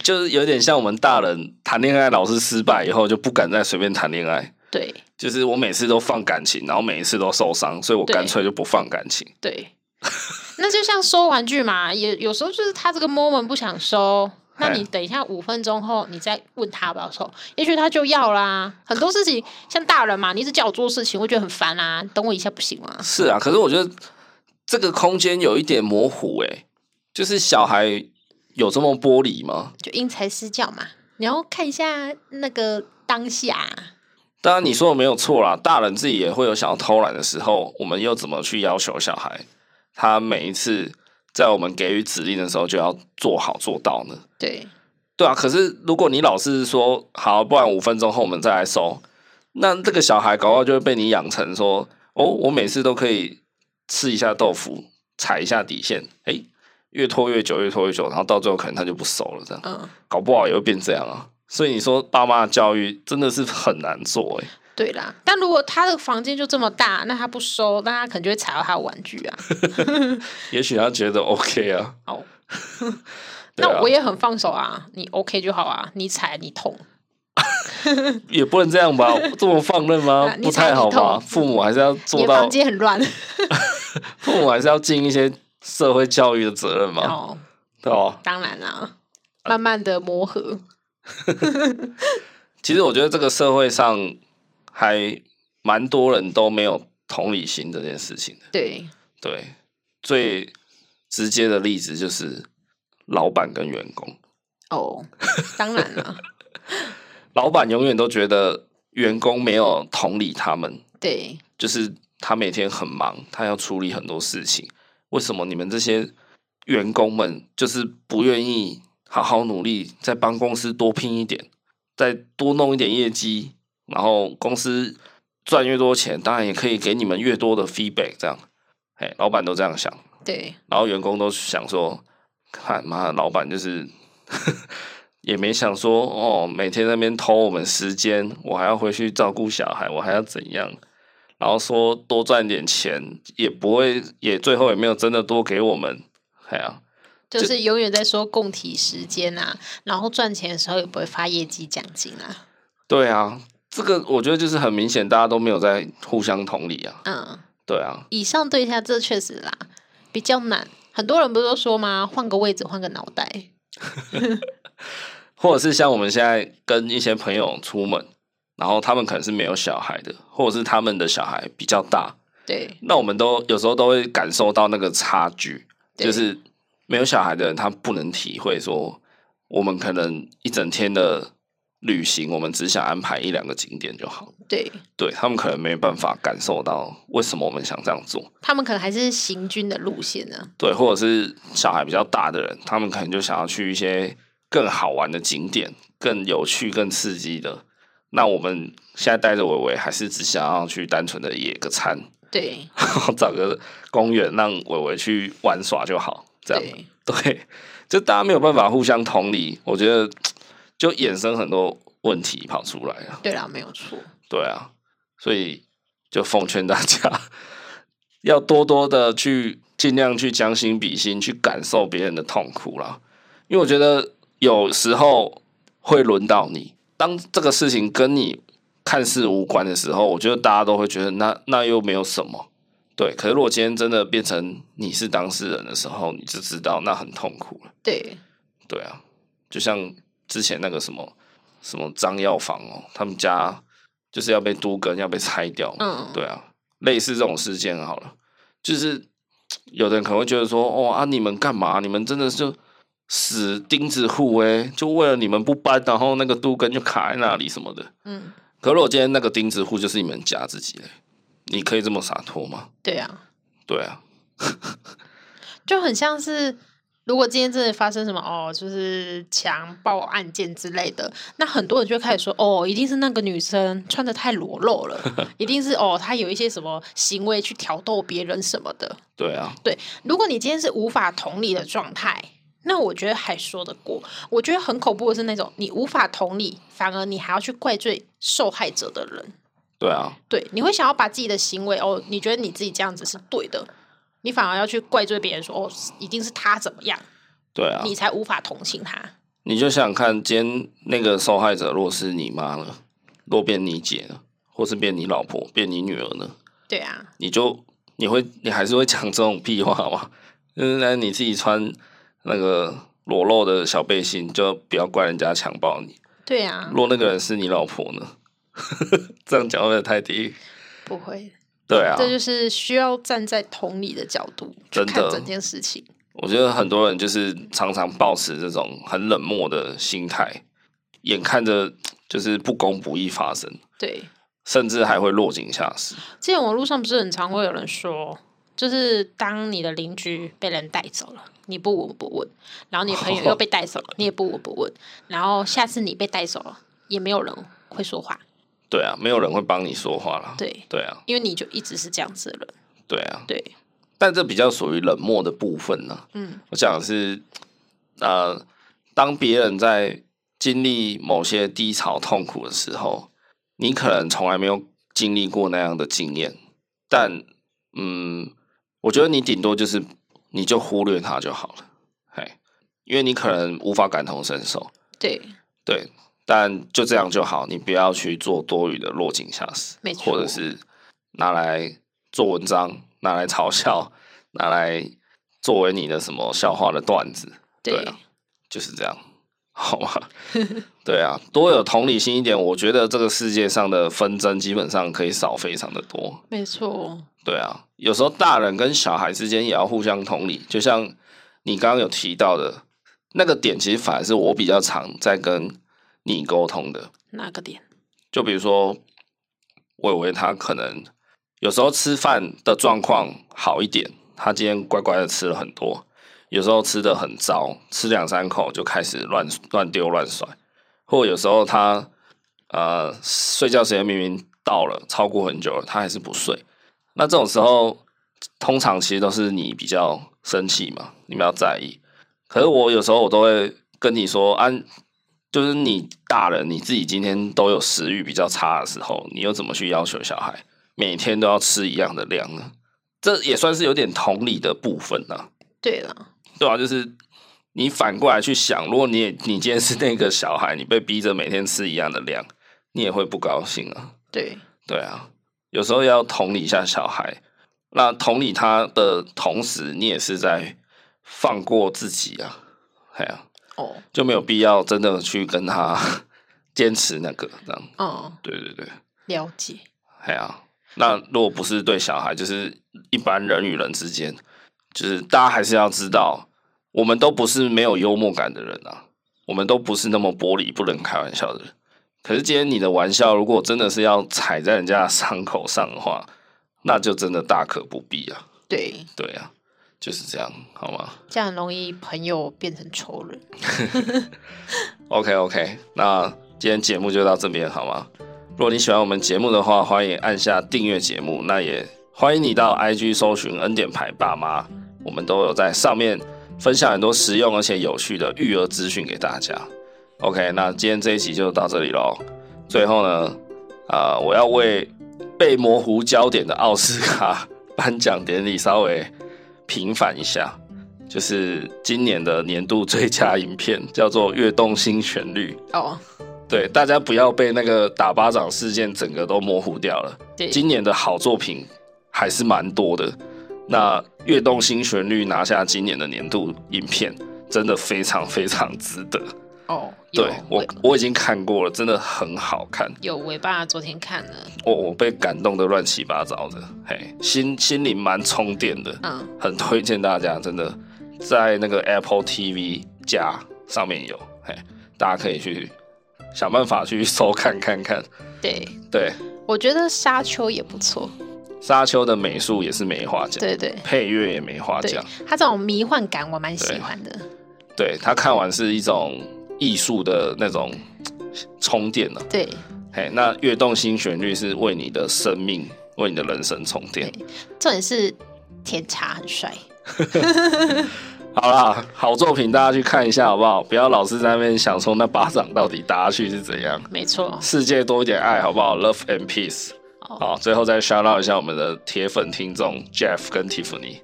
就是有点像我们大人谈恋爱，老是失败以后就不敢再随便谈恋爱。对就是我每次都放感情，然后每一次都受伤，所以我对干脆就不放感情。对， 那就像收玩具嘛，也有时候就是他这个 moment 不想收。那哎你等一下五分钟后，你再问他要不要收，也许他就要啦。很多事情像大人嘛，你一直叫我做事情，我觉得很烦啊。你等我一下不行吗？是啊，可是我觉得这个空间有一点模糊、欸，就是小孩有这么玻璃吗？就因材施教嘛。你要看一下那个当下，啊当然你说的没有错啦，大人自己也会有想要偷懒的时候，我们又怎么去要求小孩？他每一次在我们给予指令的时候，就要做好做到呢？对，对啊，可是如果你老是说好，不然五分钟后我们再来收，那这个小孩搞不好就会被你养成说，哦，我每次都可以吃一下豆腐，踩一下底线，哎，越拖越久，越拖越久，然后到最后可能他就不熟了，这样嗯，搞不好也会变这样啊。所以你说爸妈的教育真的是很难做哎、对啦。但如果他的房间就这么大，那他不收，那他可能就会踩到他的玩具啊。也许他觉得 OK 啊，哦， 对啊那我也很放手啊，你 OK 就好啊，你踩你痛，也不能这样吧，这么放任吗啊？你不太踩好你痛吧？父母还是要你做的到房，间很乱。父母还是要尽一些社会教育的责任嘛， 哦，对吧？当然啊啦，慢慢的磨合。其实我觉得这个社会上还蛮多人都没有同理心这件事情的。对，对，最直接的例子就是老板跟员工，哦，当然 啦，老板永远都觉得员工没有同理他们，对，就是他每天很忙，他要处理很多事情，为什么你们这些员工们就是不愿意好好努力，在帮公司多拼一点，再多弄一点业绩，然后公司赚越多钱，当然也可以给你们越多的 feedback，这样，哎，老板都这样想，对，然后员工都想说，看妈的，老板就是 也没想说哦，每天在那边偷我们时间，我还要回去照顾小孩，我还要怎样？然后说多赚点钱，也不会，也最后也没有真的多给我们，哎呀、就是永远在说供体时间啊，然后赚钱的时候也不会发业绩奖金啊。对啊，这个我觉得就是很明显，大家都没有在互相同理啊，嗯，对啊，以上对下这确实啦比较难。很多人不是都说吗？换个位置，换个脑袋。或者是像我们现在跟一些朋友出门，然后他们可能是没有小孩的，或者是他们的小孩比较大，对那我们都有时候都会感受到那个差距，对就是没有小孩的人，他不能体会说，我们可能一整天的旅行，我们只想安排一两个景点就好，对，对他们可能没办法感受到为什么我们想这样做，他们可能还是行军的路线呢、对，或者是小孩比较大的人，他们可能就想要去一些更好玩的景点，更有趣、更刺激的。那我们现在带着伟伟，还是只想要去单纯的野个餐，对找个公园让伟伟去玩耍就好，这样对对，就大家没有办法互相同理，我觉得就衍生很多问题跑出来啊了，对啦，没有错。对啊，所以就奉劝大家要多多的去尽量去将心比心，去感受别人的痛苦啦，因为我觉得有时候会轮到你，当这个事情跟你看似无关的时候，我觉得大家都会觉得那那又没有什么。对，可是如果今天真的变成你是当事人的时候，你就知道那很痛苦了。对对啊，就像之前那个什么什么张药房哦，他们家就是要被都跟要被拆掉嘛。嗯对啊，类似这种事件好了，就是有的人可能会觉得说，哦啊，你们干嘛？你们真的就死钉子户诶、就为了你们不搬，然后那个都根就卡在那里什么的。嗯，可如果今天那个钉子户就是你们家自己嘞，你可以这么洒脱吗？对啊。对啊，就很像是，如果今天真的发生什么哦，就是强暴案件之类的，那很多人就会开始说哦，一定是那个女生穿的太裸露了，一定是哦，她有一些什么行为去挑逗别人什么的。对啊，对，如果你今天是无法同理的状态，那我觉得还说得过。我觉得很恐怖的是那种你无法同理，反而你还要去怪罪受害者的人。对啊，对，你会想要把自己的行为哦，你觉得你自己这样子是对的，你反而要去怪罪别人说哦，一定是他怎么样，对啊。你才无法同情他。你就想想看，今天那个受害者若是你妈呢，若变你姐呢，或是变你老婆、变你女儿呢，对啊，你就你会你还是会讲这种屁话吗？ 就是那你自己穿那个裸露的小背心，就不要怪人家强暴你。对啊，若那个人是你老婆呢， 这样讲会不会太地狱？不会，对啊，这就是需要站在同理的角度去真看的整件事情。我觉得很多人就是常常保持这种很冷漠的心态，眼看着就是不公不义发生。对甚至还会落井下石。之前网络上不是很常会有人说，就是当你的邻居被人带走了，你不闻不问，然后你朋友又被带走了，你也不闻不问，然后下次你被带走了，也没有人会说话，对啊，没有人会帮你说话啦。嗯对，对啊，因为你就一直是这样子的人，对啊，对，但这比较属于冷漠的部分呢、嗯，我讲的是，呃，当别人在经历某些低潮、痛苦的时候，你可能从来没有经历过那样的经验，但嗯，我觉得你顶多就是你就忽略它就好了，嘿，因为你可能无法感同身受，对，对，但就这样就好，你不要去做多余的落井下石，没或者错是拿来做文章、拿来嘲笑、 拿来作为你的什么笑话的段子，对对啊，就是这样，好吗？ 对啊，多有同理心一点，我觉得这个世界上的纷争基本上可以少非常的多。没错，对啊，有时候大人跟小孩之间也要互相同理，就像你刚刚有提到的那个点，其实反而是我比较常在跟你沟通的。哪个点？就比如说，我以为他可能有时候吃饭的状况好一点，他今天乖乖的吃了很多，有时候吃的很糟，吃两三口就开始乱乱丢乱甩，或者有时候他呃睡觉时间明明到了，超过很久了，他还是不睡。那这种时候，通常其实都是你比较生气嘛，你比较在意。可是我有时候我都会跟你说，啊，就是你大人你自己今天都有食欲比较差的时候，你又怎么去要求小孩每天都要吃一样的量呢？这也算是有点同理的部分啊，对了，对啊，就是你反过来去想，如果你也你今天是那个小孩，你被逼着每天吃一样的量，你也会不高兴啊。对，对啊，有时候要同理一下小孩，那同理他的同时，你也是在放过自己啊，哎呀、哦，就没有必要真的去跟他 坚持那个这样。嗯，对对对，了解，哎呀、那如果不是对小孩，就是一般人与人之间，就是大家还是要知道，我们都不是没有幽默感的人啊，我们都不是那么玻璃不能开玩笑的人。可是今天你的玩笑，如果真的是要踩在人家的伤口上的话，那就真的大可不必啊。对，对啊，就是这样，好吗？这样很容易朋友变成仇人。 OK OK，那今天节目就到这边好吗？如果你喜欢我们节目的话，欢迎按下订阅节目，那也欢迎你到 IG 搜寻恩典牌爸妈，我们都有在上面分享很多实用而且有趣的育儿资讯给大家。OK，那今天这一集就到这里喽。最后呢，啊、我要为被模糊焦点的奥斯卡颁奖典礼稍微平反一下。就是今年的年度最佳影片，叫做《跃动新旋律哦，》。对，大家不要被那个打巴掌事件整个都模糊掉了。对，今年的好作品还是蛮多的。那《跃动新旋律》拿下今年的年度影片，真的非常非常值得。哦，有对我尾，我已经看过了，真的很好看。有尾巴，昨天看了，我我被感动的乱七八糟的，嘿，心心灵蛮充电的。嗯，很推荐大家，真的在那个 Apple TV 加上面有，哎，大家可以去想办法去收看看看。对，对，我觉得沙丘也不错，沙丘的美术也是没话讲，对对配乐也没话对讲，，它这种迷幻感我蛮喜对欢的，对他看完是一种艺术的那种充电了、啊。对，嘿，那跃动新旋律是为你的生命、为你的人生充电。重点是甜茶很帅，好啦，好作品大家去看一下好不好？不要老是在那边想说那巴掌到底打下去是怎样。没错，世界多一点爱，好不好？Love and peace。哦好，最后再 shout out 一下我们的铁粉听众 Jeff 跟 Tiffany，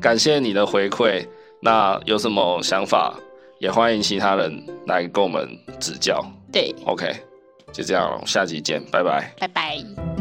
感谢你的回馈。那有什么想法，也欢迎其他人来跟我们指教。对， OK，就这样了，下集见，拜拜。拜拜。